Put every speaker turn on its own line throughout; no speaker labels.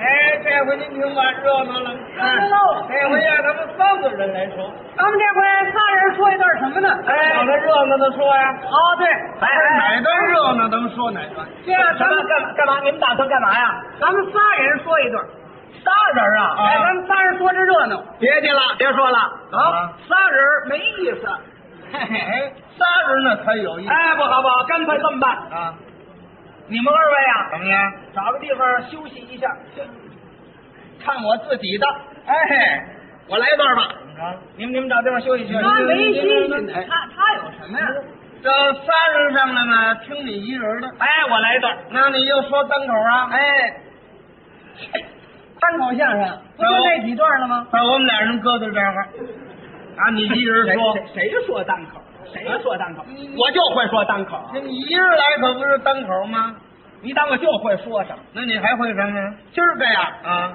哎这回您听完热闹了，嗯
热闹了
这回让咱们三个人来说，
咱们这回仨人说一段什么呢？
哎
找他热闹的说呀。
哦，对，哎
哪段热闹咱们说哪段。
这样咱们
干嘛干嘛？你们打算干嘛呀？
咱们仨人说一段，
仨人啊！
哎，咱们仨人说这热闹
别去了，别说了。
啊，仨人没意思。
嘿嘿，哎仨人呢才有意思
哎，不好不好，干脆这么办，
啊。
你们二位啊，
怎么样？
找个地方休息一下，
看我自己的。哎，
我来一段吧。
怎么着？
你们你们找地方休息啊休息。
他没新鲜
哎
的，他他有什么呀？
这仨人上来呢，听你一人的，
哎，我来一段。
那你就说单口啊。
哎，单口相声不就那几段了吗？
把我们俩人搁在这儿，啊，你一人说，
谁谁谁说单口？谁说单口
你？
我就会说单口。
那你一人来可不是单口吗？
你当我就会说什么？
那你还会什么呀？
今儿个呀，
啊，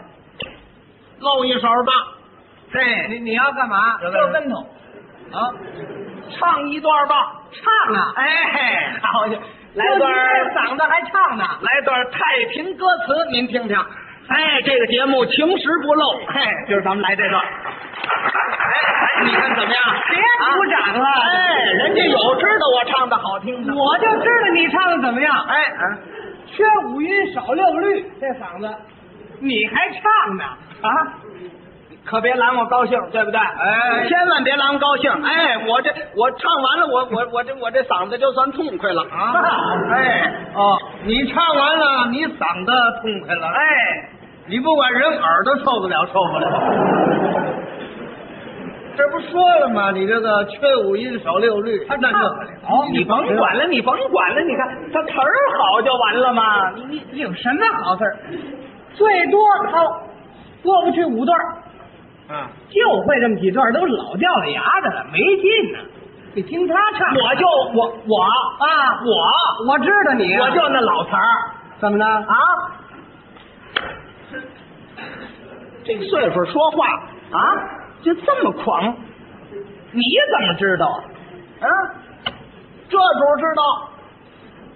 露一手吧。哎
对，
你要干嘛
有
就
点儿
跟头啊，唱一段吧。
唱啊！
哎，好去，来
就
段
您
儿
这嗓子还唱呢？
来段太平歌词，您听听。哎，这个节目情实不露，嘿，今儿咱们来这段。哎哎，你看怎么样？啊
别鼓掌了
哎，人家有知道我唱的好听的。
我就知道你唱的怎么样，
哎，啊
缺五音少六律，这嗓
啊
子，你还唱呢？
啊，可别拦我高兴，对不对？
哎
千万别拦我高兴。哎，我这我唱完了，我我我这我这嗓子就算痛快了
啊，哎，
哦，
你唱完了，你嗓子痛快了，哎，
哎，
你不管人耳朵受得了受不了。这不说了吗？你这个缺五音少六律，那就
哦，你甭管了，你甭管了，你看他词儿好就完了嘛。你你
有什么好事儿？最多他过不去五段儿，
啊，
就会这么几段儿，都老掉了牙的了，没劲呢。你听他唱，
我就我我
啊
我
我知道你啊，
我就那老词儿
怎么着？
啊，这个岁数说话啊就这么狂，你怎么知道啊？啊，这主知道，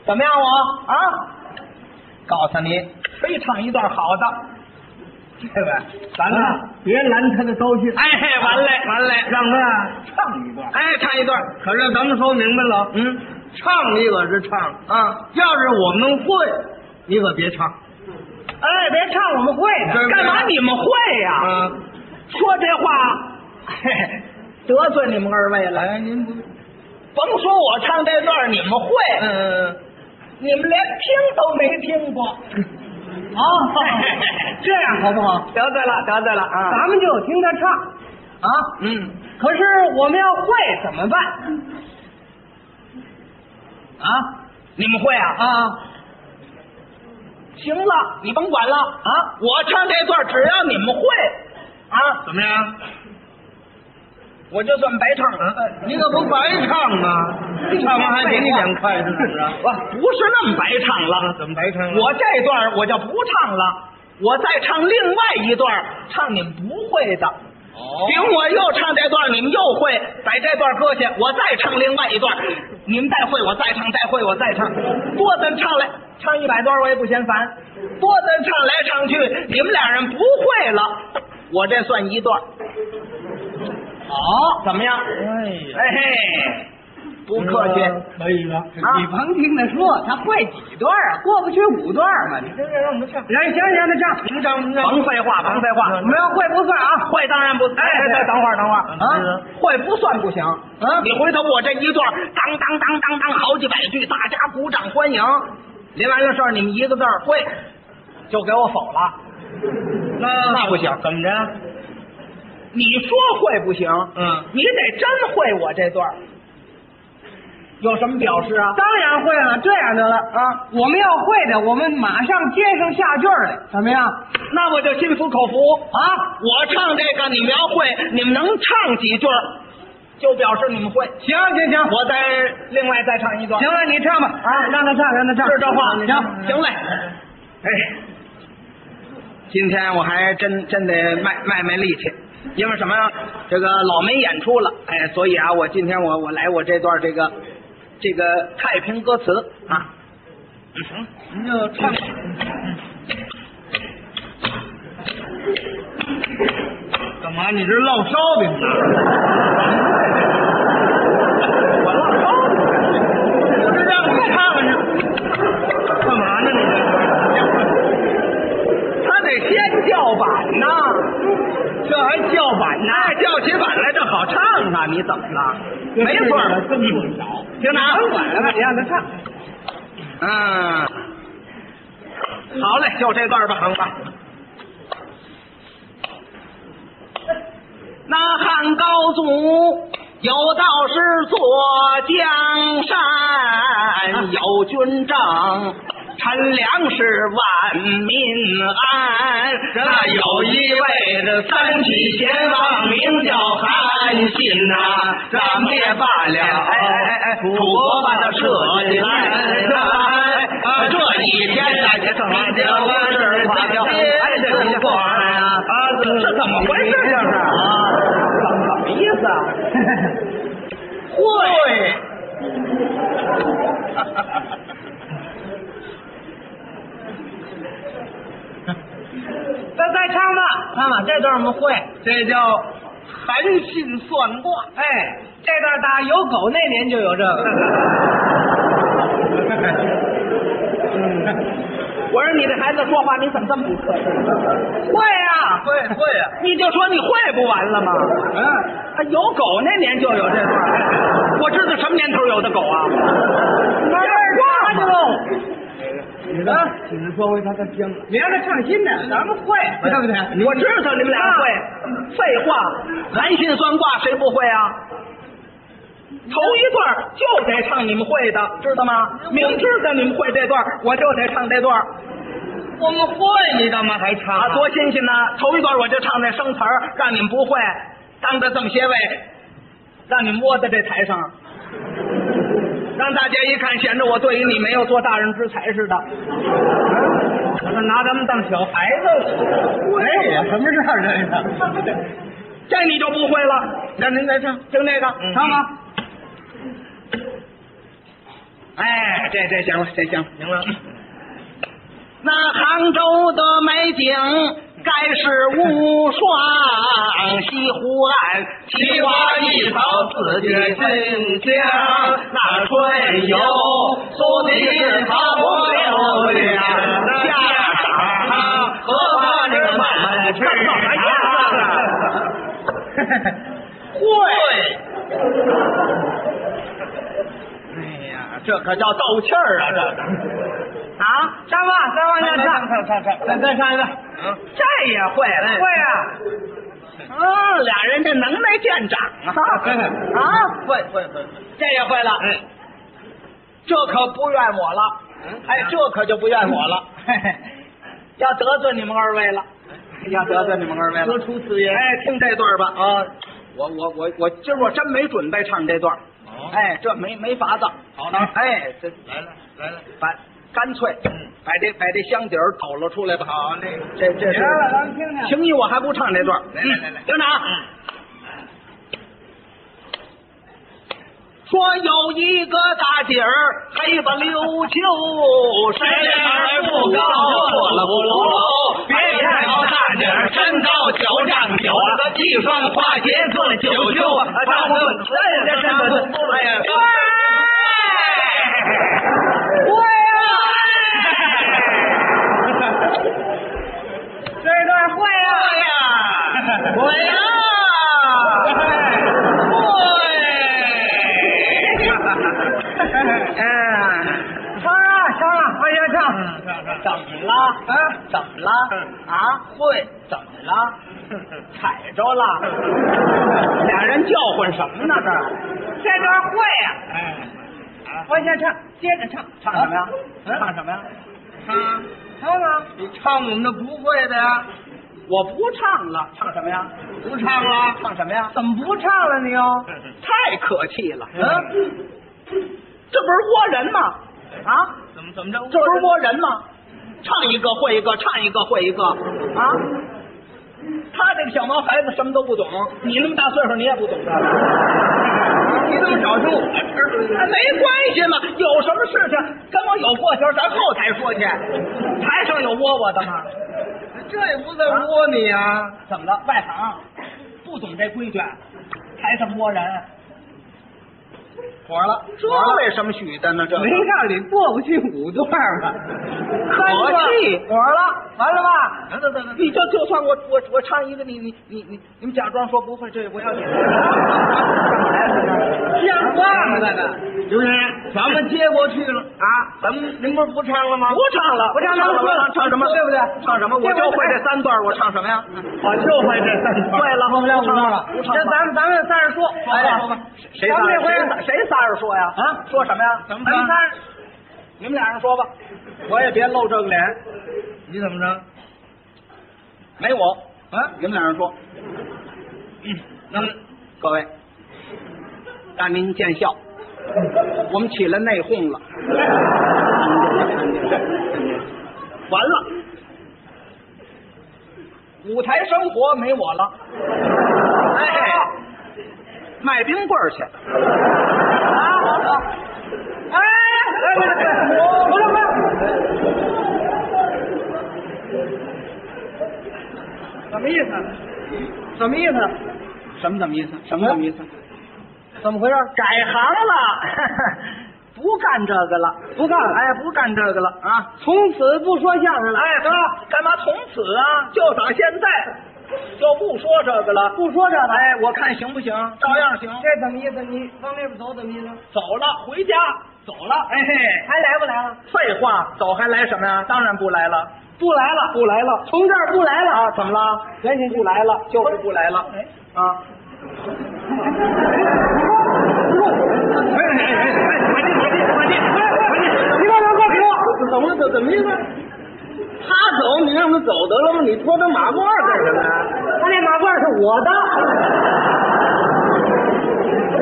怎么样我啊？告诉你，非唱一段好的。
对吧？
咱呢，
别拦他的高兴，
哎，嘿，完嘞，完嘞，
让他唱一段。
哎，唱一段
可是咱们说明白了，嗯，唱你可是唱啊，要是我们会，你可别唱。
哎，别唱我们会
对
的，嗯
干嘛你们会呀、
啊，
说这话，嘿嘿得罪你们二位了。
来，您不，
甭说我唱这段你们会，
嗯，
你们连听都没听 过。啊
哦， 这样好不好？
得罪了，得罪了啊！
咱们就听他唱啊。
嗯，
可是我们要会怎么办？啊
你们会啊？
啊！
行了，你甭管了啊！我唱这段只要你们会啊，
怎么样？啊
我就算白唱了。
哎你可不白唱啊！ 唱完还给你两块是怎啊么着？
我不是那么白唱了，
怎么白唱啊了？
我这段我就不唱了，我再唱另外一段，唱你们不会的。
哦
行，我又唱这段，你们又会，把这段搁下，我再唱另外一段，你们再会，我再唱，再会，我再唱，多咱唱来，唱一百段我也不嫌烦，多咱唱来唱去，你们俩人不会了，我这算一段，
好，
怎么样？
哎嗯呀，
哎嘿，不客气，
可以了。
啊
你甭听他说，他会几段啊？过不去五段嘛？你
这让我们唱，
让行让他唱，
能唱能
甭废话，甭废话
我，们要会不算啊。
会当然不，哎，哎等会儿，等会儿。
啊
是
会不算不行
啊
你回头我这一段，当当当当当，好几百句，大家鼓掌欢迎。临完了事儿，你们一个字儿会，就给我否了。
那那不行，怎么着？
你说会不行，
嗯
你得真会我这段儿，有什么表示啊？
当然会了，这样得了啊！我们要会的，我们马上接上下句儿来，怎么样？
那我就心服口服啊！
啊，
我唱这个，你们要会，你们能唱几句儿，就表示你们会。
行行行，
我再另外再唱一段。
行了，你唱吧啊，让他唱，让他唱，
是这话，
行
行嘞。哎，今天我还真真得卖卖卖力气，因为什么呀？这个老没演出了，哎，所以啊，我今天我我来我这段这个这个太平歌词啊，
您就唱。干嘛？你这烙烧饼呢？
我落烧
我这让你看看这，干嘛呢？你
他得先叫板呐，
这这还叫板呢？
那叫起板来这好唱啊！你怎么了？没错儿，
这么少。
听着啊，管
来吧，你让他唱。
嗯，好嘞，就这段吧，行吧。那汉高祖有道是坐江山，有军政。陈粮食万民安，那有一位这三体贤王，名叫韩信呐、咱们也罢了，哎哎哎哎，楚国把他扯进来，哎，这一天大家怎么就这夸叫，哎，这不过来啊，这这怎么回事这是啊？怎么意思啊？会。
再再唱吧，唱吧，这段我们会。
这叫韩信算卦。
哎，这段打有狗那年就有这个。
我说你这孩子说话你怎么这么不客气？会啊，
会会呀、
你就说你会不完 了吗？嗯，啊，有狗那年就有这段儿，我知道什么年头有的狗啊？那
儿
挂喽。
你呢？你是说回他他听了。
你让他唱新的，
嗯
咱们会，对不对？
嗯
我知道你们俩会，
啊
废话，韩信算卦谁不会啊？头一段儿就得唱你们会的，知道吗？
嗯
明知道你们会这段儿，我就得唱这段儿。
我们会，你干嘛还唱
啊，多新鲜呐！头一段我就唱那生词儿，让你们不会，当着这么些位，让你们窝在这台上，让大家一看，显得我对于你没有做大人之才似的。
他拿咱们当小孩子。对呀，什么事儿这是？
哎这你就不会了，
那您再唱。嗯
听这个，
唱吧。
哎，这这行了，这行了。
行了，
那杭州的美景盖世无双，西湖岸
奇花异草四季馨香
那春
游苏堤桃木柳柳
下
赏荷花枝满池塘会。哎呀，这可叫斗气儿啊！这个
啊，
唱吧，再往下唱，
唱唱唱，
再再唱一段。
这也会
会啊，
嗯，俩人这能耐见长啊！啊，
会会会。
这也会了，
嗯，
这可不怨我了，哎，这可就不怨我了， 要得罪你们二位了，嗯要得罪你们二位了。
出此言
哎，听这段吧啊！
啊，
我我我我今儿我真没准备唱这段，哎，这没没法子。
好的
哎，这
来了来了，
把干脆
嗯
把这把这箱底儿抖了出来吧。
好那个
这这是
行了，咱们听听。
情谊我还不唱这段，
来来来来
嗯听着啊。说有一个大姐儿黑不溜秋，谁
来
来
不
不
高
高，
做
做
了
了
鼓
鼓
楼
楼。
别
别
看
看
高大
高大
姐
姐
儿
儿
身
身
高
高
九
九
丈
丈
九
九，
一
一
双
双
花
花
鞋
鞋
做
做
了
了
九
九
九
九，
丈
丈
母
母
哎
哎
呀丈
呀，丈
母
母
哎
哎
呀
呀，
会啊，这段会啊，
我呀，
嗯，
唱啊唱啊，往下唱。
怎么了？
啊，
怎么了？啊，会怎么了？踩着了，俩人叫唤什么呢？这儿
这段会啊，
哎，
往下唱，接着唱。
唱什么呀？
啊
唱什么呀？
唱
唱啊，
你唱我们的不会的呀，
我不唱了，唱什么呀？
不唱了。
唱什么呀？
怎么不唱了你又？
太可气了！
嗯，
这不是窝人吗？啊，
怎么怎么着？
这不是窝人吗？唱一个会一个，唱一个会一个啊！他这个小毛孩子什么都不懂，你那么大岁数你也不懂的，
你怎么找出我这
那没关系嘛，有什么事情跟我有过节，咱后台说去。台上有窝我的吗？
这也不在窝你啊！
怎么了？外行不懂这规矩，还他妈窝人？火了，
这为什么许的呢？这
没让你过不去五段吧？
我气
火了，完了吧？
等等等等，
你就就算我我我唱一个，你你你你你们假装说不会，这也不要紧。
像话吗？那个
刘先生，咱们接过去了啊！咱们您不是不唱了吗？
不唱了，
不唱
唱
了
什么？唱唱什么？
对不对
唱啊什么？我就会这三段，我唱什么呀？
我就会这三
对了，
不了五段了，
不唱
这咱们咱们仨人说，
哎，说吧，谁
咱
仨
们这回
谁谁仨人说呀？
啊
说什么呀？
咱们
咱们仨人
你们俩人说吧，我也别露这个脸，
你怎么着？
没我，
啊，
你们俩人说。
那么
各位，让您见笑，我们起了内讧了。完了，舞台生活没我了。哎，卖冰棍儿去。
哎，哎，哎哎哎不是不是，
什么意思？
什么意思？
什么怎么意思？什么怎么意思？
怎么回事？
改行了， 不干这个了，不干了，哎，不干这个了啊！
从此不说相声了，
哎，得了，干嘛从此啊？就打现在就不说这个了。
不说这个。
哎，我看行不行？照样行。
这怎么意思？你往那边走怎么意思？
走了，回家走了。哎嘿，
还来不来了？
废话，走还来什么呀？当然不来了，
不来了，
不来了
从这儿不来了
啊！怎么了？
行行
不来了，就是不来了。啊，
哎哎哎哎，快进快进快进快进！
你把给我。
怎么怎怎么意思？他走，你让他走得了吗？你拖他马褂干什么呀？
他那马褂是我的。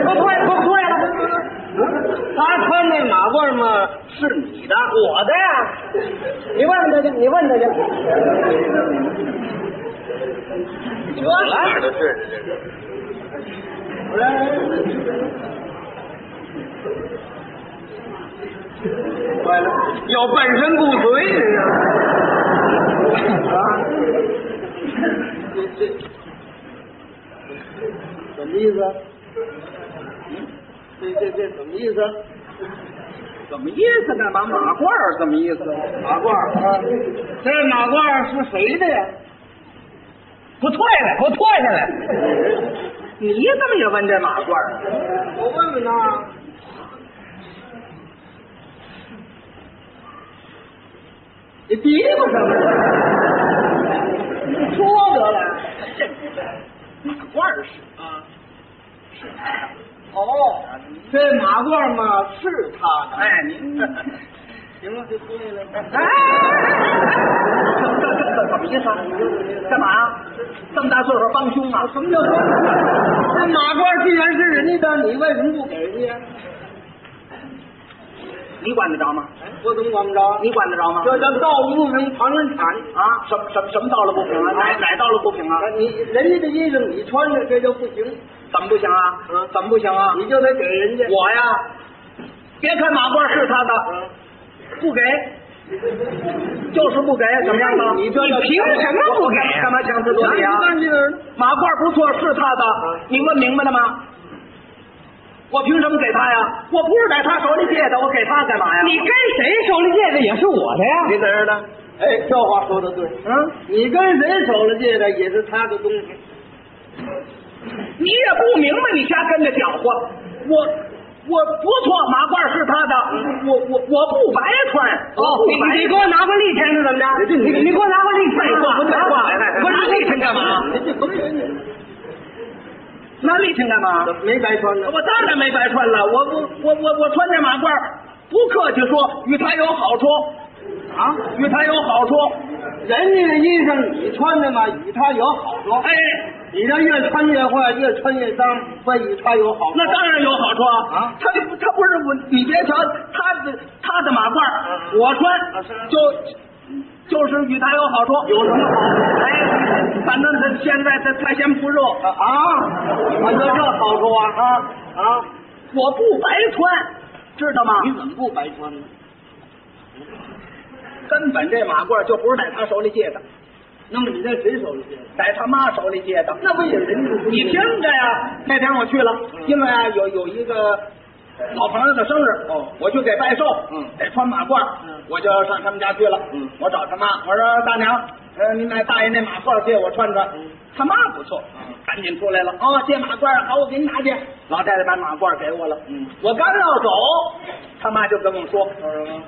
我脱我脱下来。
他穿那马褂嘛是你的，
我的呀。你问他去，你问他去。
得了，这是这是。坏了，要半身不遂这是。这这什么意思？嗯，这这这什么意思？
怎么意思？干嘛马褂儿怎么意思？
马褂啊，这马褂是谁的呀？
不退来，不退下来。你怎么也问这马褂儿？
我问问他。你嘀咕什么？
说得了，这马褂儿是
啊，
哦。
这马褂嘛是他的。
哎，您这哎
行了，就对了。
哎哎，这这这这怎么意思啊？干嘛呀？这么大岁数帮凶啊？
什么叫说？这马褂既然是人家的，你为什么不给人家？
你管得着吗？
我怎么管不着？
你管得着吗？
这叫道理不平，旁人铲。
啊，什么什么什么道了不平啊？哪哪道了不平啊？
你人家的衣裳你穿着，这就不行，
怎么不行啊？
嗯
怎么不行啊？
你就得给人家。
我呀，别看马褂是他的，
嗯
不给，就是不给，怎么样吧？
你这叫
凭什么不给
啊
干嘛强词夺理啊？
哪有干这个人
马褂不错，是他的
嗯，
你问明白了吗？我凭什么给他呀？我不是在他手里借的，我给他干嘛呀？
你跟谁手里借的也是我的呀？
你在这儿呢？哎，这话说的对。
嗯，
你跟谁手里借的也是他的东西。
你也不明白，你瞎跟着搅和。我我不错，马褂是他的，我我我不白穿，我不白
哦你你给我拿回利钱是怎么着？你你给我拿回利钱
废话，废话，
啊不是利钱干嘛？
这不是人家，
拿礼品干嘛？
没白穿呢。
我当然没白穿了，我我我我我穿这马褂儿，不客气说，与他有好处啊，与他有好处。
人家的衣裳你穿的嘛，与他有好处。
哎，
你这越穿越坏，越穿越脏，会与他有好处。
那当然有好处
啊
他他不是我，你别瞧他的他的马褂儿
嗯，
我
啊
穿
是啊
就。就是与他有好处，有什么好处？哎，反正他现在他他先不热，
啊啊，我说这好处啊啊啊！
我不白穿，知道吗？
你怎么不白穿呢？
根本这马褂就不是在他手里借的，
那么你在谁手里接的？
在他妈手里借的。
那不也人主公？
你听着呀，那天我去了，
嗯
因为啊有有一个老朋友的生日，
哦
我去给拜寿，
嗯
得穿马褂，
嗯
我就上他们家去了，
嗯
我找他妈，我说大娘，呃，您买大爷那马褂借我穿穿，
嗯
他妈不错，赶紧出来了，哦，借马褂，好，我给您拿去，老太太把马褂给我了，
嗯，
我刚要走，他妈就跟我说，
说什么？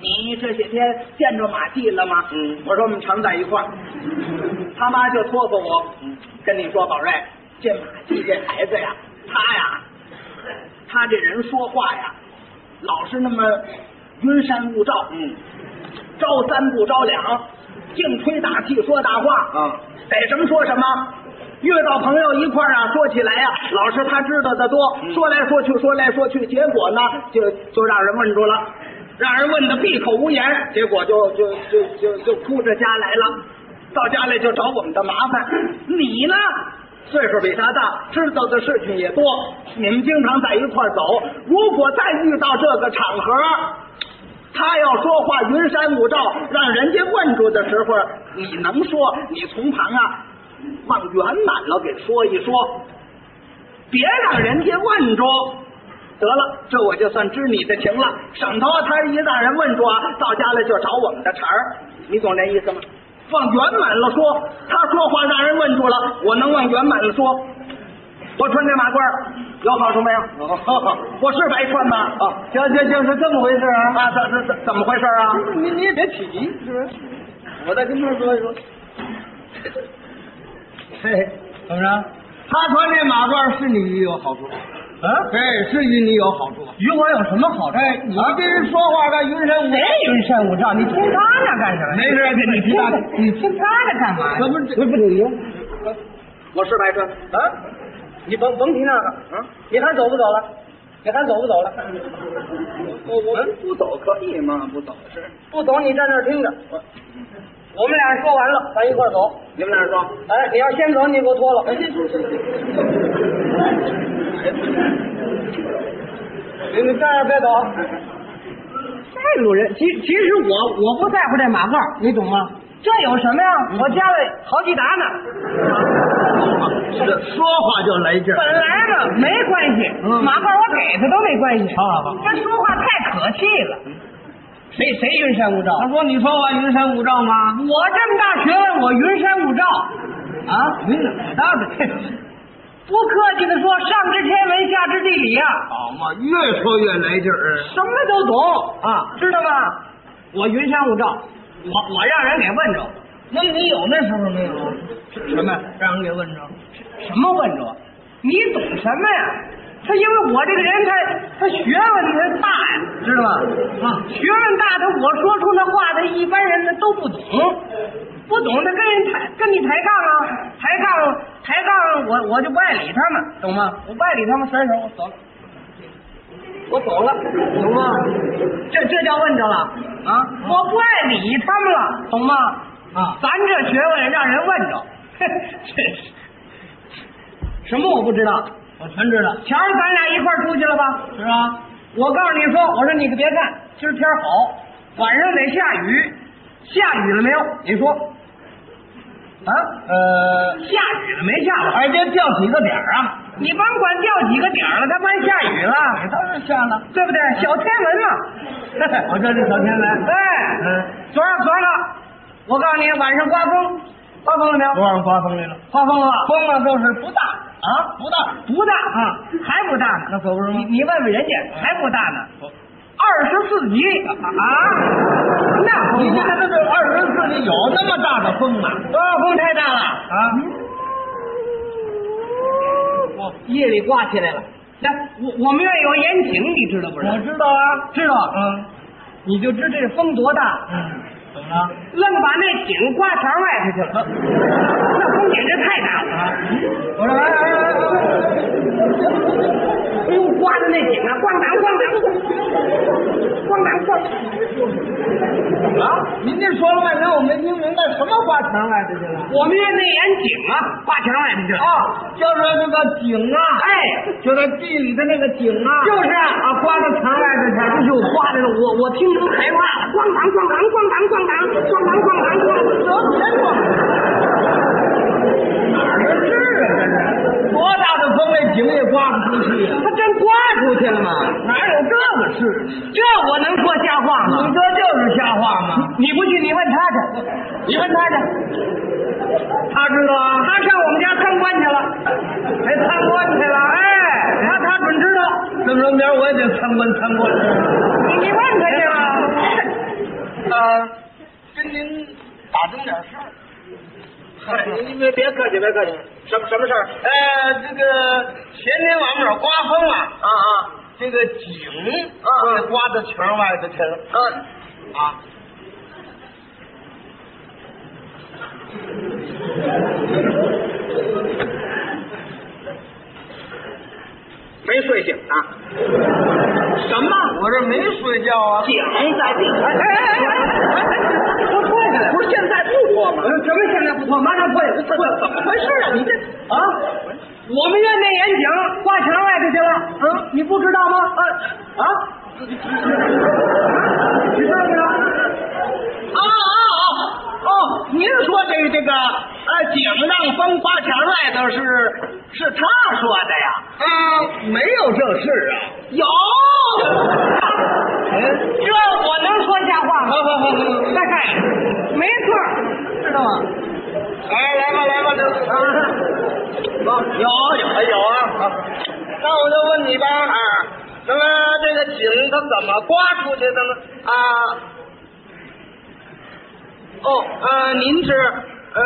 你这些天见着马季了吗？
嗯
我说我们常在一块儿，他妈就托付我，
嗯，
跟你说，宝瑞，这马季这孩子呀，他呀，他这人说话呀，老是那么云山雾罩，
嗯
招三不招两，净吹大气说大话，
啊，
逮什么说什么。遇到朋友一块儿啊，说起来呀、老是他知道的多，
嗯
说来说去，说来说去，结果呢，就就让人问住了，让人问的闭口无言，结果就就就就就哭着家来了，到家里就找我们的麻烦。你呢，岁数比他大，知道的事情也多，你们经常在一块儿走，如果再遇到这个场合，他要说话云山雾罩，让人家问住的时候，你能说？你从旁啊，往圆满了给说一说，别让人家问住。得了，这我就算知你的情了，省得他一让人问住啊，到家里就找我们的茬儿。你懂这意思吗？往圆满了说，他说话让人问住了，我能往圆满了说。我穿这马褂儿有好处没有？我是白穿吗？啊，
行行行，是这么回事啊。
啊，怎怎怎怎么回事啊？
你你也别起急，是不是？我再跟他说一说。嘿，怎么着？他穿这马褂是你有好处，啊？对，是与你有好处。与我有什么好处？哎，你跟人说话干云山雾
谁云山雾罩？你听他那干什么？
没事，你听他的。
你听他那干嘛呀？
不是不是你
我是白穿啊！你甭甭提那个啊！你还走不走了？你还走不走了？我哦我不走可以吗？不走是不走，你站那儿听着。我
我们俩说完了，咱一块走。
你们俩说，
哎，你要先走，你给我脱了。
哎，行行行行，
你你站着别走。这路人，其其实我我不在乎这马褂，你懂吗？这有什么呀？我家里好几沓呢，
这说话就来劲儿。
本来嘛没关系，
嗯
马褂我给他都没关系。
好好好
这说话太可气了，谁谁云山雾罩？
他说：“你说话云山雾罩吗？
我这么大学问，我云山雾罩啊！
您哪大的？
不客气的说，上知天文，下知地理啊呀、
好嘛，越说越来劲儿。
什么都懂
啊，
知道吗？我云山雾罩，我我让人给问着，
那你有那时候没有？什么让人给问着？
什么问着？你懂什么呀？他因为我这个人，他他学问他大呀，知道吗？啊，学问大，他我说出那话，他一般人他都不懂，不懂他跟人抬跟你抬杠啊，抬杠抬杠，我我就不爱理他们，懂吗？我不爱理他们，甩手我走了，我走了，懂吗？这这叫问着了啊！我不爱理他们了，懂吗？
啊
咱这学问让人问着， 真是。什么我不知道？
我全知道。
瞧着咱俩一块儿出去了吧？
是啊，
我告诉你说，我说你可别干，今儿天儿好，晚上得下雨，下雨了没有？你说，啊？
呃，
下雨了没下吧？
哎，这掉几个点儿啊？哎
你甭管掉几个点儿了，它不还下雨了，
当然下了。嗯哦
对不对？小天 文嘛。
我这是小天 文。
哎，
嗯，
昨儿昨儿了，我告诉你，晚上刮风，刮风了没有？
昨晚刮风来了。
刮风了吧？
风啊，就是不大啊，不大。
不大啊，还不大呢。
那可不是吗
你你问问人家，还不大呢
不。
二十四级啊，那
你
风
这
大
这这二十四里有那么大的风吗？
啊，风太大了，
啊，
夜里刮起来了。那我我们院有严井，你知道不知道？
知道啊。
知道，
嗯
你就知这风多大，
嗯，怎么了？嗯
愣把那井刮墙外头去了。那风简直太大了，
我说哎哎哎哎哎，
哎呦，刮的那井啊，咣当咣当，咣当咣。
怎么
啊
了？您这说了半天，我没听明白，什么刮墙外头去了？
我们院那眼井啊，挂墙外头去了。
啊，就是那个井啊，
哎，
就在地里的那个井啊，
就是啊，
啊，刮到墙外头去
哎
了。
呦，刮的我我听成害怕了，咣当咣当咣当咣当咣当咣当咣
得
当，
别管。
去了吗？哪有这个事？
这我能说瞎话
你
吗？
这就是瞎话吗？
你不信，你问他去，你问他去。
他知道啊，哎
他上我们家参观去了，
还参观去了。哎，
他他准知道。
这么说明儿我也得参观参观。
你问他去吧。
呃，跟您打听点 事儿。
啊
嗨，您别别客气，别客气。什么什么事儿？
呃，这个前天晚上刮风了，
啊啊
这个井
啊啊
刮到墙外头去了啊。
啊！没睡醒啊？
什么？我这没睡觉啊。
井在顶。哎
哎哎哎哎哎，说错去了。
不是现在不说吗？
什么现在不错，马上过去。怎么回事啊？你这啊，我们院内眼井挂墙外头去了。嗯，你不知道吗？啊啊，你知道不知道？
啊啊啊！哦，您说这这个呃，井让风刮墙外头是是他说的呀？
啊，没有这事啊。
有，
嗯，
这我能说瞎话
好好
吗？
好好，
哎，没错，知道吗？
来来吧来吧，这啊，
哦
有有哎有啊啊，那我就问你吧啊，那么这个井它怎么刮出去的呢？啊，
哦，呃，您是呃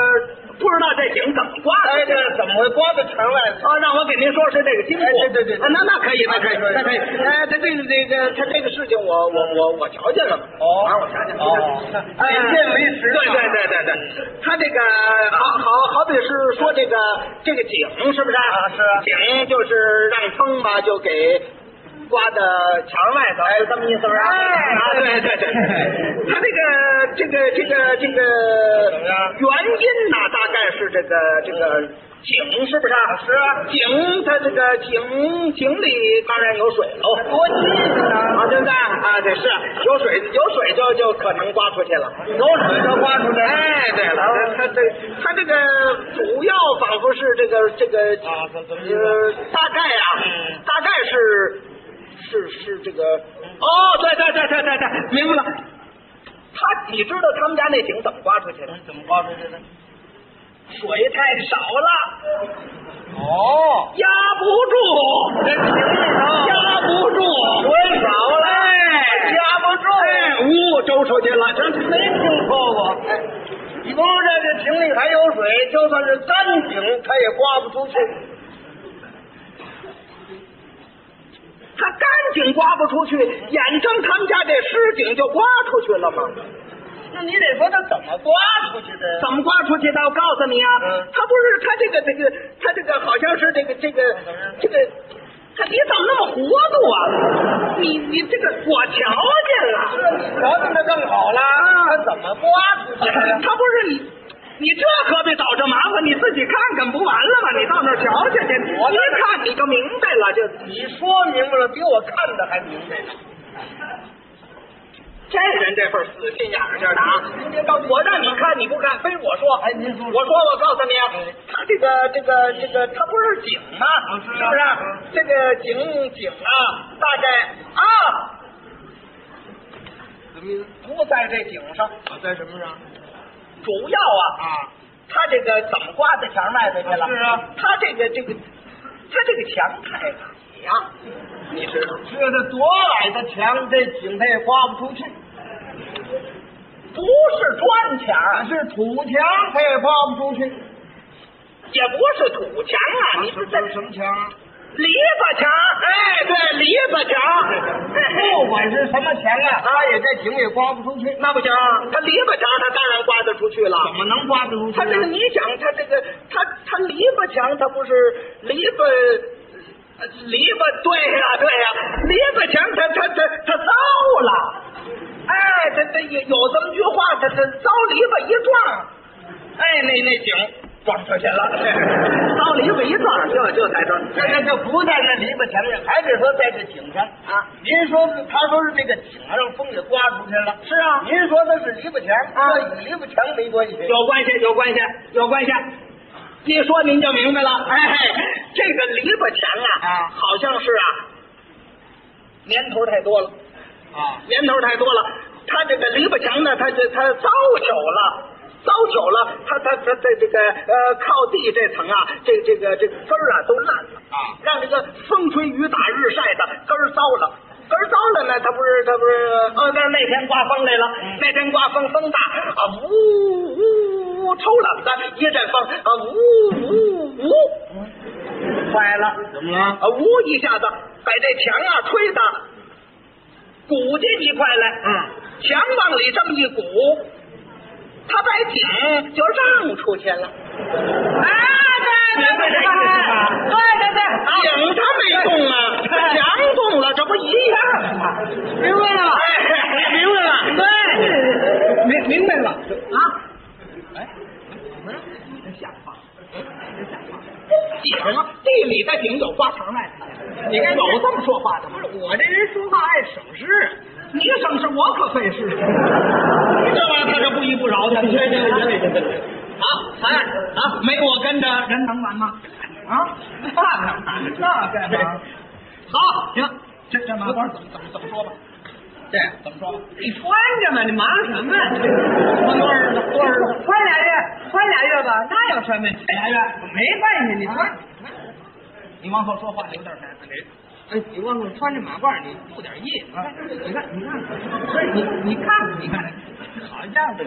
不知道这井怎么刮的？
哎，这怎么会刮到墙外头？
哦，让我给您说说这个经过。
哎对对对对
啊那那可以，那可以，
可以
那可以。哎，他这个这个他这个事情，我我我我瞧见了。
哦
啊，我瞧见了。
哦
哎，
眼见为实
对对对对对，他这个好好好比是说这个这个井是不是？
啊是啊
井就是让风吧，就给。刮到墙外头，哎，这么意思不是？
哎
啊，对对对，他这个这个这个这个
怎么样
原因呢，大概是这个这个井是不是？是啊，井它这个井井里当然有水喽，
哦
多新鲜啊！对不对？啊，这是有水，有水就就可能刮出去了。
有水就刮出去。哦
哎，对了，它它这它这个主要仿佛是这个这个
啊怎怎么意思
呃，大概啊，
嗯
大概是是是这个哦，对对对对对对，明白了。他你知道他们家那井怎么刮出去的？
怎么刮出去的？
水太少了，
哦，
压不住，这井里头压不住，
水少了
哎
压不住
哎，呜，周出去了，这
没听说过。哎，你不是这井里还有水，就算是干井，它也刮不出去。
他干井刮不出去，眼睁他们家这湿井就刮出去了吗？
那你得说它怎么刮出去的呀？
怎么刮出去的？我告诉你啊，
嗯
他不是他这个这个他这个好像是这个这个
嗯
这个，他你怎么那么糊涂啊？你你这个我瞧见了。
瞧见那更好了，
啊
它怎么刮出去的呀？
他不是你，你这可得找这麻烦，你自己看看不完了吗？你到那儿瞧瞧去，
我
一看你就明白了，就
你说明白了，比我看的还明白呢。
这人这份死心眼儿劲儿的啊！您别告诉我让你看你不看，非我说。
哎您说
我说哎我告诉你，啊他这个这个这个，他不是井吗？
啊
是
是啊
不是？这个井井啊，大概啊，
怎么意思？
不在这井上，
我在什么上？
主要啊啊，他这个怎么刮到墙外头去了？
啊是啊，
他这个这个，他这个墙太矮呀，你知道。
这是多矮的墙，这井它也刮不出去。
不是砖
啊，
墙，
是土墙，它也刮不出去。
也不是土墙啊，你说这
什么墙？
篱笆哎墙，哎，对，篱笆墙，
不管是什么墙啊，它也这井也刮不出去。
那不行，啊他篱笆墙他当然刮得出去了。
怎么能刮得出去啊
他
呢？
这个你想，他这个他他篱笆墙，他不是篱笆呃篱笆？对呀、 对呀、篱笆墙他他他他糟了。哎，他他有有这么句话，他他糟篱笆一撞，哎，那那井撞出去了， 糟篱笆一撞就就在这儿。
这这这不在那篱笆墙上，还得说在这井上
啊。
您说是他说是这个井让风给刮出去了，
是啊
您说那是篱笆墙，
啊
这与篱笆墙没关系。
有关系，有关系，有关系。一说您就明白了，哎，这个篱笆墙啊，
啊
好像是啊，年头太多了，
啊，
年头太多了。他这个篱笆墙呢，他这他糟朽了，糟朽了。他他他这这个呃靠地这层啊，这这个这个根儿啊都烂了
啊
让这个风吹雨打日晒的根儿糟了。根儿糟了呢，他不是他不是呃，那那天刮风来了，那天刮风风大啊，呜呜呜，抽冷子一阵风啊，呜呜呜，坏了。
怎么了？
啊，呜一下子把这墙啊吹的鼓进一块来，
嗯，
墙往里这么一鼓，他把井就让出去了，哎
啊，对对对对对对对，
井他没动啊，墙动了，这不一样吗？
明白了吧？
哎
明白了，对，明明白了啊。
井啊，地里的井有刮墙外的，你该有这么说话的吗？
我这人说话爱省事，
你省事，我可费事。这玩意儿他这不依不饶的，对对对对对。好，咱啊，没我跟着人能完吗？啊，那那干嘛？好，行，这这麻花怎么怎么怎么说吧？这怎么说吧？
你穿着嘛，你忙什么？
穿多少多少日子？
穿俩月，穿俩月吧，那有什么？
俩月，
没关系，你穿。
你往后说话留点神。你
哎，你忘了穿着马褂，你注点意。你看，你看，不是你，你看，你看，
好家伙，都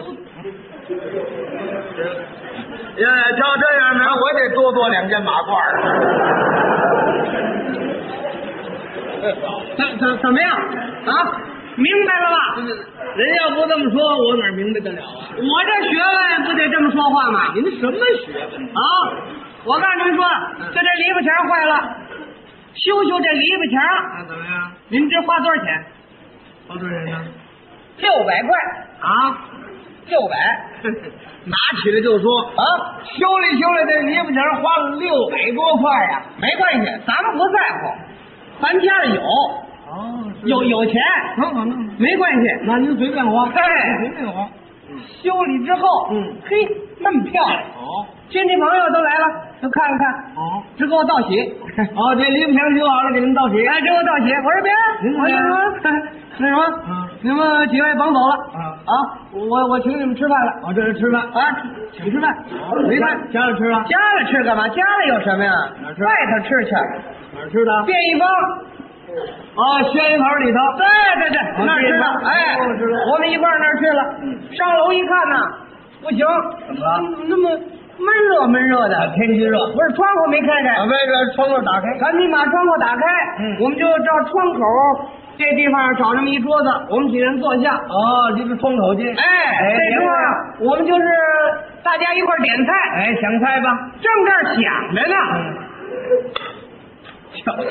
呀，照这样呢，我得多做两件马褂。
怎怎怎么样啊？明白了吧？
人要不这么说，我哪明白得了啊？
我这学问不得这么说话吗？
您什么学问？嗯
啊！我告诉您说，就这篱笆墙坏了，修修这篱笆墙，
那怎么样？
您这花多少钱？
包主任呢？
六百块啊，六百
拿起来就说
啊！修理修理这篱笆墙花了六百多块呀、没关系，咱们不在乎，咱家里有，
哦
有有钱，
能
嗯
好能，
没关系。
那您随便花，
哎
随便花。
修理之后，
嗯
嘿，那么漂亮，
哦
亲戚朋友都来了，都看了看，
哦
只给我道 喜。
哦，这篱笆墙修好了，给您道喜。
哎，给我道喜！我说别，
您
我
先
那什么， 那什么
嗯，
你们几位甭走了
嗯
啊！我我请你们吃饭了
哦，这是吃饭，哦
啊，请吃饭，没饭。
家里吃啊？
家里吃干嘛？家里有什么呀？
哪儿吃啊
外头吃去，
哪儿吃的？
便一方。
哦，轩头里头。
对对对，
哦
那儿吃
便宜
的
坊。
哎
哦知道，
我们一块儿那儿去了。上楼一看呐，不行，
怎么了啊
嗯那么闷热闷热的，
天气热
不是窗户没开开
把。外边窗户打开。
赶紧把窗户打开，
嗯
我们就照窗口这地方找那么一桌子，我们几人坐下。
哦，离着窗口近。
哎，这桌啊，我们就是大家一块儿点菜。
哎，想猜吧？嗯
正这儿想着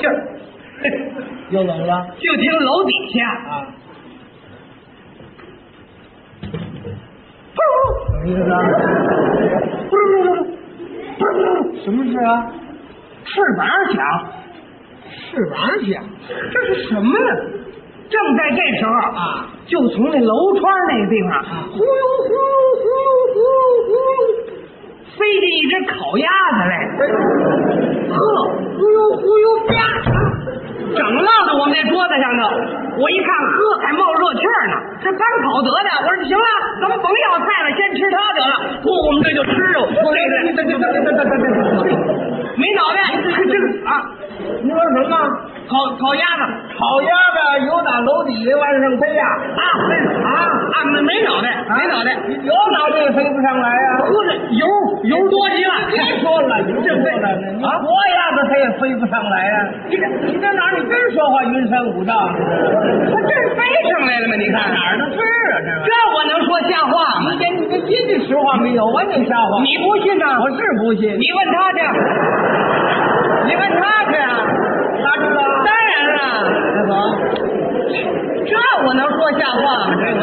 小
呢，
气 儿。又怎么了？
就听楼底下
啊。什么意思啊？什么事啊？
翅膀响，
翅膀响。
这是什么呀？正在这时候
啊，
就从那楼窗那个地方，
啊
呼噜呼噜呼噜呼噜呼噜，飞进一只烤鸭子来。呵，忽悠忽悠哎啪，整落到我们这桌子上头。我一看，呵，还冒热气儿呢，这刚烤得的。我说行了，咱们甭要菜了，先吃它得了。嚯，我们这就吃肉，对对对对对对对对， 没脑袋，这个啊，
你说什么？
烤烤鸭子
烤鸭子有打楼底下往上飞呀、
啊啊啊，没没脑袋，没脑袋，
有脑袋也飞不上来呀、
呵，这油油多极了。
别说了，你这飞了，你
啊
活鸭子它也飞不上来啊呀、
你这你这哪儿？你真
说话云山啊雾罩，
它真飞上来了吗？你看
哪儿的事儿啊？这玩意
这我能说瞎话吗
儿，？姐，你这一句实话没有，完全瞎话。
你不信呐？
我是不信，
你问他去，你问他去啊！
他知道啊
当然了，
大嫂，
这我能说瞎话吗？这个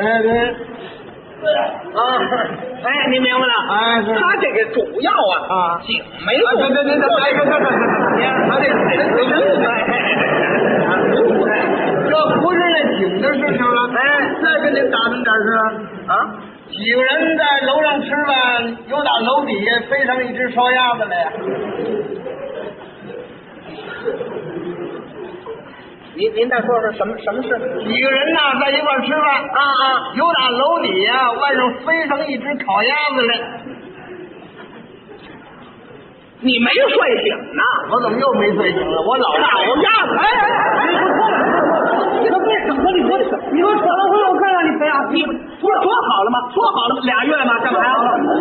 哎对，
啊，哎，您明白了？
哎是
他这个主要啊
啊
井没
哎
动
对对对对，哎看看看看，
他这
这不是那井的事情了，
哎，
再跟您打听点事儿。
啊，
几个人在楼上吃饭，又打楼底下飞上一只烧鸭子来。
您您再说说什么什么事？
几个人呢在一块儿吃饭
啊啊，
有打楼底呀、外头飞上一只烤鸭子来，
你没睡醒呢？
我怎么又没睡醒了？我老大
烤鸭子！哎哎哎，你说这怎么？你说这
你给我扯了回来，我看看你谁啊？
你不是说好了吗？说好了俩月嘛，干嘛呀？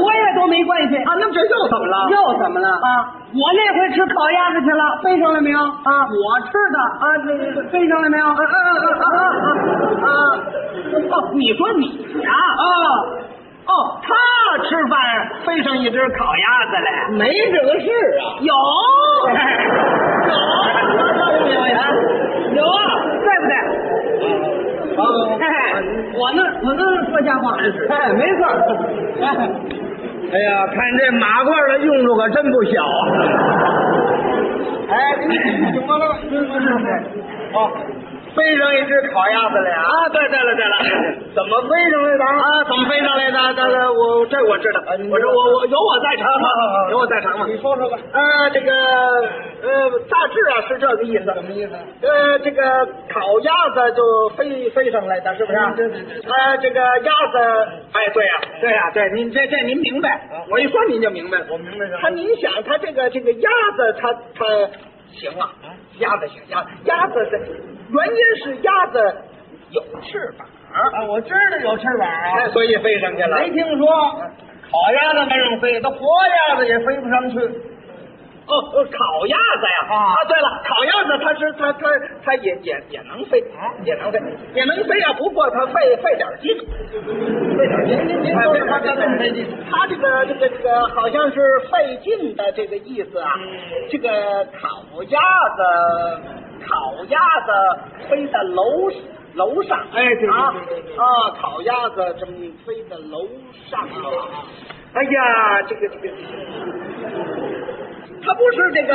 我也都没关系
啊，那么这又怎么了？
又怎么了啊？我那回吃烤鸭子去了，飞上了没有？啊，我吃的啊，这飞上了没有？啊啊啊啊啊！
哦，你说你呀、
啊
哦，他吃饭飞上一只烤鸭子来，
没这个事啊！
有有有啊，对不对？
哎，我那我那是说瞎话，哎，没错儿。哎，
哎呀，看这马褂的用处可真不小啊！
哎，怎么了？哦，飞上一只烤鸭子来啊！
啊，对对了对了，
怎么飞上来啊的？
啊，怎么飞上来的？ 这这我这我知道，我说我我有我在场 吗？有我在场吗？
你说说吧。
呃，这个呃，大致啊是这个意思。
什么意思？
呃，这个烤鸭子就飞飞上来的，是不是？
对对对
呃，这个鸭子，哎，对呀、对呀、对，您这这您明白
啊，
我一说您就明白了。
我明白了
他您想，他这个这个鸭子，他他行啊，鸭子行，鸭鸭子是原因是鸭子有翅膀，
啊，我知道有翅膀
哎
啊，
所以飞上去了。啊
没听说。烤鸭子没让飞，它活鸭子也飞不上去。
哦，呃烤鸭子呀！
啊
对了，烤鸭子它是它它它也也也能飞，也能飞，也能飞啊！不过它费费点劲，费点劲。您您说它它么费劲？它这个这个这个好像是费劲的这个意思啊。这个烤鸭子，烤鸭子飞到楼楼上，
哎对对
啊
对对对
啊，烤鸭子这么飞到楼上啊！哎呀，这个这个。它不是这个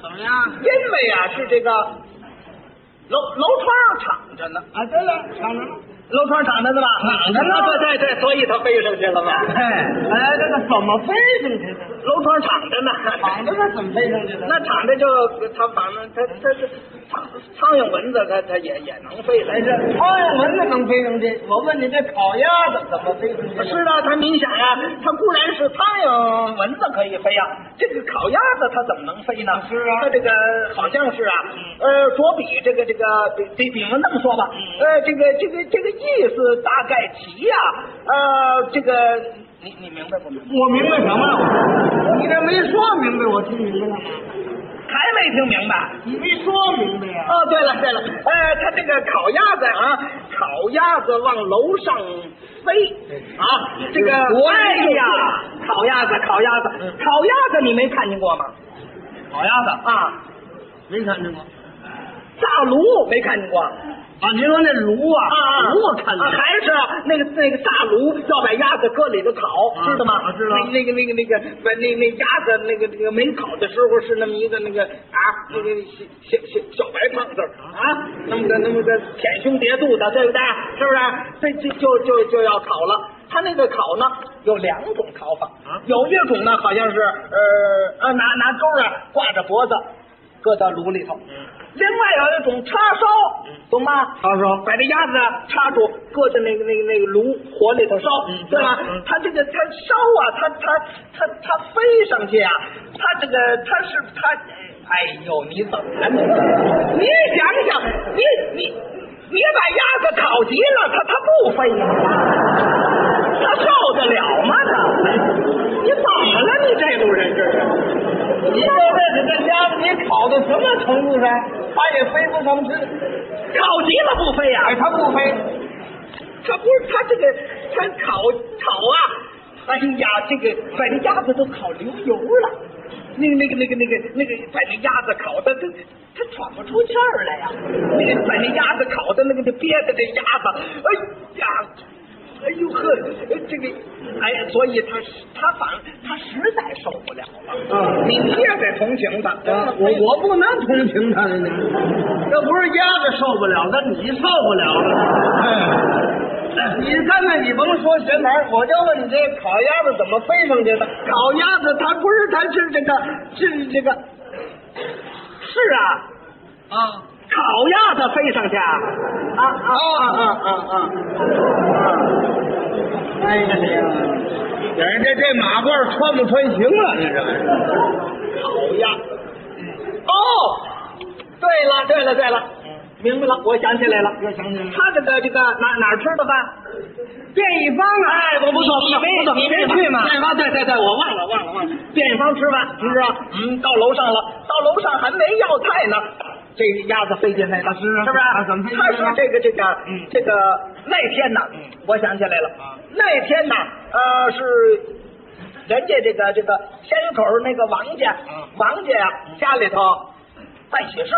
怎么样？
因为啊，是这个楼楼窗敞着呢，
啊，对了，尝尝。
楼窗敞着呢吧？
敞着呢
啊对对对，所以它飞上去了嘛。
哎，哎，这个怎么飞上去的？
楼窗敞着呢，
躺着哎是怎么飞上去的？
那敞着就它反正它它是苍苍蝇蚊子，它它也也能飞来
哎，这
着。
苍蝇蚊子能飞上去？我问你，这烤鸭子怎么飞上去的？
是啊，它您想啊，它固然是苍蝇蚊子可以飞啊，这个烤鸭子它怎么能飞呢？
是啊嗯
它这个好像是啊，呃，着比这个这个比比比方那么说吧，呃，这个这个这个意思大概齐呀、呃，这个你你明白不明白？
我明白什么了？你这没说明白，我听明白了吗？
还没听明白。
你没说明白呀、
哦，对了对了，呃，他这个烤鸭子啊，烤鸭子往楼上飞
哎
啊，这个
多
哎
厉
呀，烤鸭子烤鸭子烤鸭子，你没看见过吗？
嗯烤鸭子
啊，
没看见过
炸炉没看见过啊
啊？您说那炉啊
啊！
炉我看见了。
啊还是那个那个炸炉要把鸭子搁里头烤，
啊
知道吗？
啊知道
那那个那个那个把那那鸭子那个那个没烤的时候是那么一个那个啊那个小小小小白胖子啊，那么个那么个舔胸叠肚的，对不对？是不是？这就就就就要烤了。他那个烤呢，有两种烤法，
啊
有一种呢好像是呃呃拿拿钩啊挂着脖子，搁到炉里头。
嗯
另外有一种叉烧，懂吗？
他说
把这鸭子啊插住，搁在那个那个那个炉火里头烧，
嗯
对吧
嗯？
它这个它烧啊，它它它它飞上去啊，它这个它是它，哎呦，你怎么了你？你想想，你你你把鸭子烤急了，它它不飞呀，它受得了吗？它，你怎么了？你这路人这是？
你说这这鸭子你烤到什么程度上，它也飞不上去。
烤急了不飞呀、啊
哎，它不飞，
他不是他这个他烤烤啊，哎呀，这个把这鸭子都烤流油了，那个那个那个那个那个把那鸭子烤的都他喘不出气儿来呀、那个把那鸭子烤的那个就憋的这鸭子，哎呀。哎呦呵，呃这个，哎呀，所以他他反他实在受不了了。
嗯
你你也得同情他。哎
啊我我不能同情它呢。那不是鸭子受不了，那你受不了了。哎，你看看，你甭说闲谈，我就问你这烤鸭子怎么飞上去的？
烤鸭子，它不是它是这个是这个，是啊，
啊，
烤鸭它飞上去啊？啊啊啊啊啊！
哎呀，
人家这马褂穿不穿行啊？这是烤鸭。哦，对了对了对了，明白了，我想起来了，
又想起来了
他这个这个哪哪儿吃的饭？
变一方啊！
哎，我不错，不错，不错，
你没去吗？
便方，对对对，我忘了，忘了，忘了。便方吃饭，是啊，嗯，到楼上了，到楼上还没要菜呢，这鸭子飞进来了，
是啊
是不是？
啊怎么飞进来
他
了
说这个这个，
嗯啊
这个那天呢，我想起来了，那天呢，呃，是人家这个这个山口那个王家，
啊
王家呀，
嗯
家里头办喜事，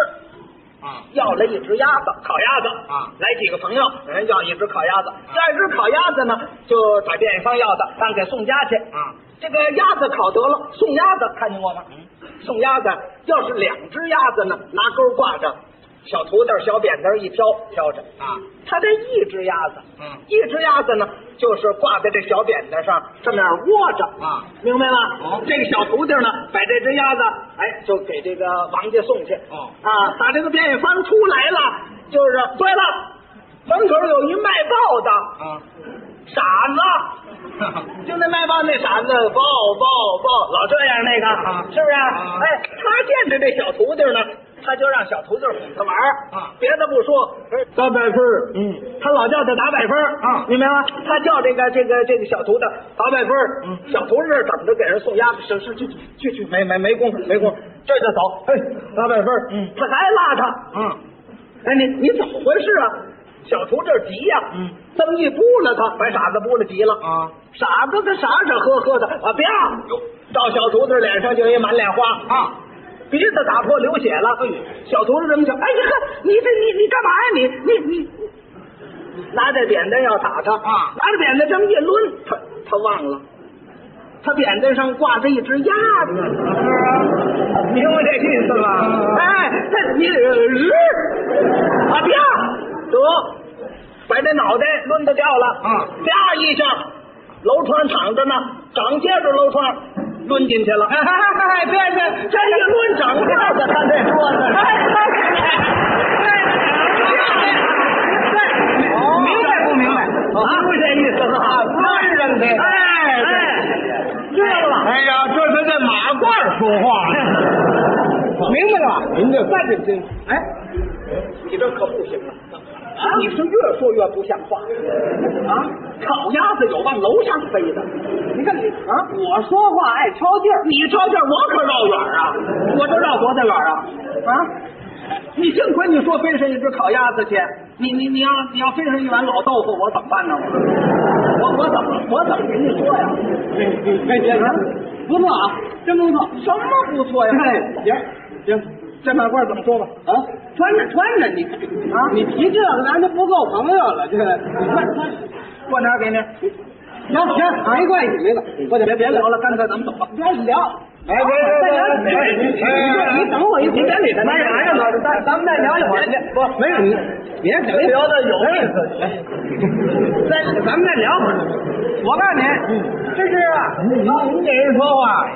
要了一只鸭子，烤鸭子
啊
来几个朋友，人要一只烤鸭子，要一只烤鸭子呢，就打店方要的，让给送家去
啊。
这个鸭子烤得了，送鸭子看见过吗？
嗯
送鸭子要是两只鸭子呢，拿钩挂着，小土豆、小扁担一挑挑着
啊。
他这一只鸭子，
嗯
一只鸭子呢，就是挂在这小扁担上，这么样窝着
啊，
明白吗？
哦
这个小徒弟呢，把这只鸭子，哎，就给这个王家送去。
哦
啊，打这个便宜方出来了，就是对了，门口有一卖报的
啊，
傻子，就那卖报那傻子，报报报，老这样那个，
啊
是不是？
啊
哎，他见着这小徒弟呢，他就让小徒弟哄他玩儿
啊
别的不说，打百分嗯，他老叫他打百分儿
啊
明白吗？他叫这个这个这个小徒弟打百分儿
嗯
小徒弟这等着给人送鸭子，是是去去去，没没没工夫没工夫，这就走，哎，打百分儿
嗯
他还拉他，
嗯，
哎，你你怎么回事啊？小图这急呀、
嗯，
这么一扑了他，把傻子扑了急了
啊！
傻子他傻傻呵呵的啊，别啊！照小图子脸上就一满脸花
啊，哎
鼻子打破流血了。小图子这么想，哎呀，你这你你干嘛呀？你你你，拿着扁担要打他
啊
拿着扁担这么一抡，他他忘了，他扁担上挂着一只鸭子。明白这意思吧？哎，那你日啊啪，得把这脑袋抡的掉了，
嗯
啪一下，楼窗躺着呢，长接着楼窗抡进去了，
哎哎哎，别别，
这一抡 长接着，他这说的，
哎哎哎哎，明白不明白？
明白这意思
啊，
了。
宽上的，
哎
哎，
知道了吧？
哎呀，这是在马褂说话 明白了吧？您这算这这，哎，
你这可不行了，啊你是越说越不像话啊！烤鸭子有往楼上飞的，你看你啊，
我说话爱挑地儿，
你照劲儿我可绕远儿啊，我这绕多大远儿啊？
啊，
你幸亏你说飞上一只烤鸭子去，你你你要你要飞上一碗老豆腐，我怎么办呢？我我怎么我怎么跟你说呀？
哎，杰哥，不错啊，真不错。
什么不错呀？
行行，这马褂怎么说吧？啊，穿着穿着你啊，你提这个咱就不够朋友了，这个你穿穿。
过哪儿给你？
行行，没关系，没关系，我就别
别
别
聊
聊了，
了，干脆咱们走吧。
别聊。
哎别别别别别别别
你等我一会儿，
你别理他
哎呀哎呀，老师，咱咱们再聊一会儿。不，没有你，别别
聊的有意思，
咱咱们再聊会儿。我告诉你，这是啊
您您给人说话，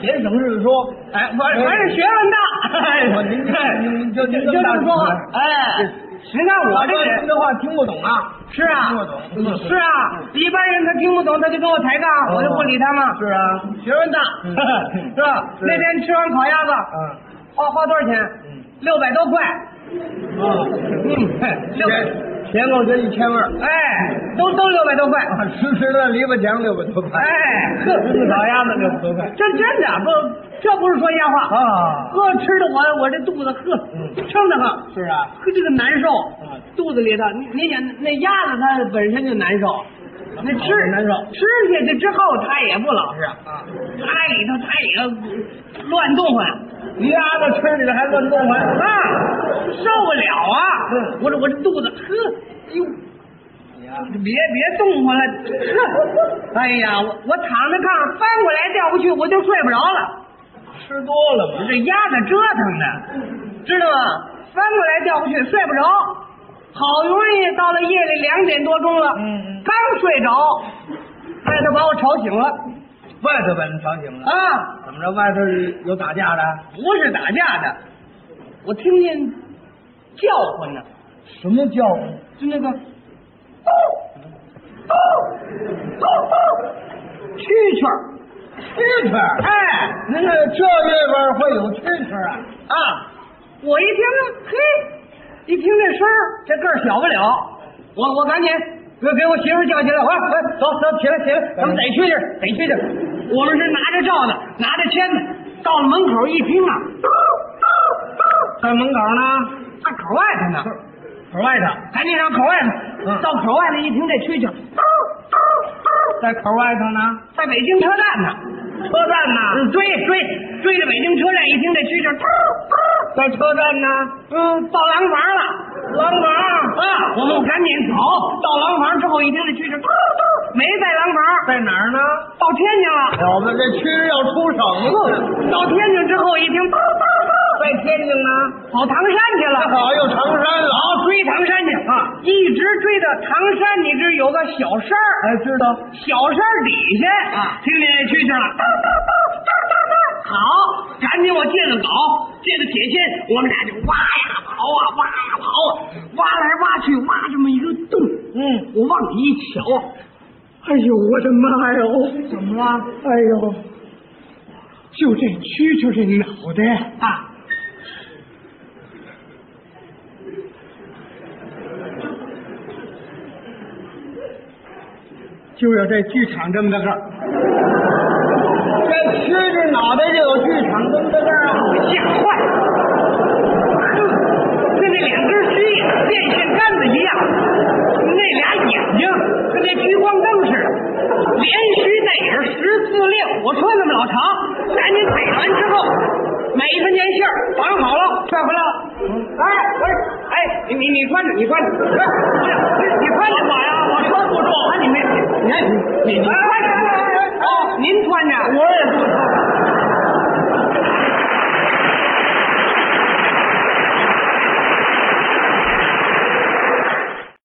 节省是说，
哎，我还是学问大。
我您看您就
就
您
这么说话，哎，你看我这人
的话听不懂啊。
是啊
听不懂，
是啊，一般人他听不懂，他就跟我抬杠，我就不理他嘛。
是啊，
学问大，
嗯
是吧？
是嗯
那天吃完烤鸭子，花花多少钱？六百多块。嗯，六百，
钱够这一千二，
哎，都都六百 多块。
吃吃的篱笆墙六百多块，
哎，呵，
吃烤鸭子六百多块
这真的不，这不是说瞎话。
啊。嗯
呵，吃的我我这肚子呵，撑得慌。
是啊，
可这个难受
嗯，
肚子里头，你你想那鸭子它本身就难受，那吃
啊难受
吃下去之后它也不老实，
啊，
它里头它也乱动唤
你丫子吃你的还乱动
啊
还，，
受不了啊！
嗯哎
我这我这肚子呵，哎呦，别别动唤了，呵，哎呀，我我躺在炕上翻过来掉过去，我就睡不着了。
吃多了嗯
这鸭子折腾的，知道吗？翻过来掉过去，睡不着。好容易到了夜里两点多钟了，
嗯嗯
刚睡着，外头把我吵醒了
外头把人吵醒了，
啊！
怎么着？外头有打架的？
不是打架的，我听见叫唤呢，
什么叫？就那个
哦蛐蛐儿，
蛐蛐儿。
哎，
那个这里边会有蛐蛐啊？
啊，我一听，嘿，一听这声儿，这个儿小不了，我我赶紧给给我媳妇儿叫起来，快快走走起来起来，咱们得去去得去去。我们是拿着罩子，拿着签子，到了门口一听啊，在门口呢，在口外头呢，
口外头。
赶紧上口外头，
嗯
到口外头一听这蛐蛐，
在口外头呢？
在北京车站呢。
车站呢？
嗯追追追着北京车站，一听这蛐蛐，
在车站呢？
嗯，到廊坊了。
廊坊
啊，我们赶紧走到廊坊之后，一听这蛐蛐，嘟嘟没在廊坊，
在哪儿呢？哦
到天津了。
我们这蛐儿要出省了，
到天津之后，一听嘟嘟
在天津呢？
啊跑唐山去
那
了，
好，又唐山了啊！
追唐山去
啊，
一直追到唐山，你这有个小山儿，
哎，知道。
小山儿底下
啊
听见这蛐蛐了，嘟嘟嘟嘟嘟好，赶紧我借个镐，借个铁锨，我们俩就挖呀刨啊，挖呀刨啊，挖来挖去，挖这么一个洞，
嗯，
我往里一瞧，哎呦我的妈哟！怎么了？哎呦，就这蛐蛐这脑袋啊！就有这剧场这么大个儿，
这蛐蛐脑袋就有剧场跟在这儿啊？
我吓坏了，跟那两根须电线杆子一样，那俩眼睛跟那聚光灯似的，连须带影儿十四六，我说那么老长，赶紧逮完之后，买一分钱信儿绑好了，拽回来了。哎，不是，哎，你你你穿着，你穿着，不是，不是，你穿着我呀，我穿不住，啊，你没，你看你你哎，哦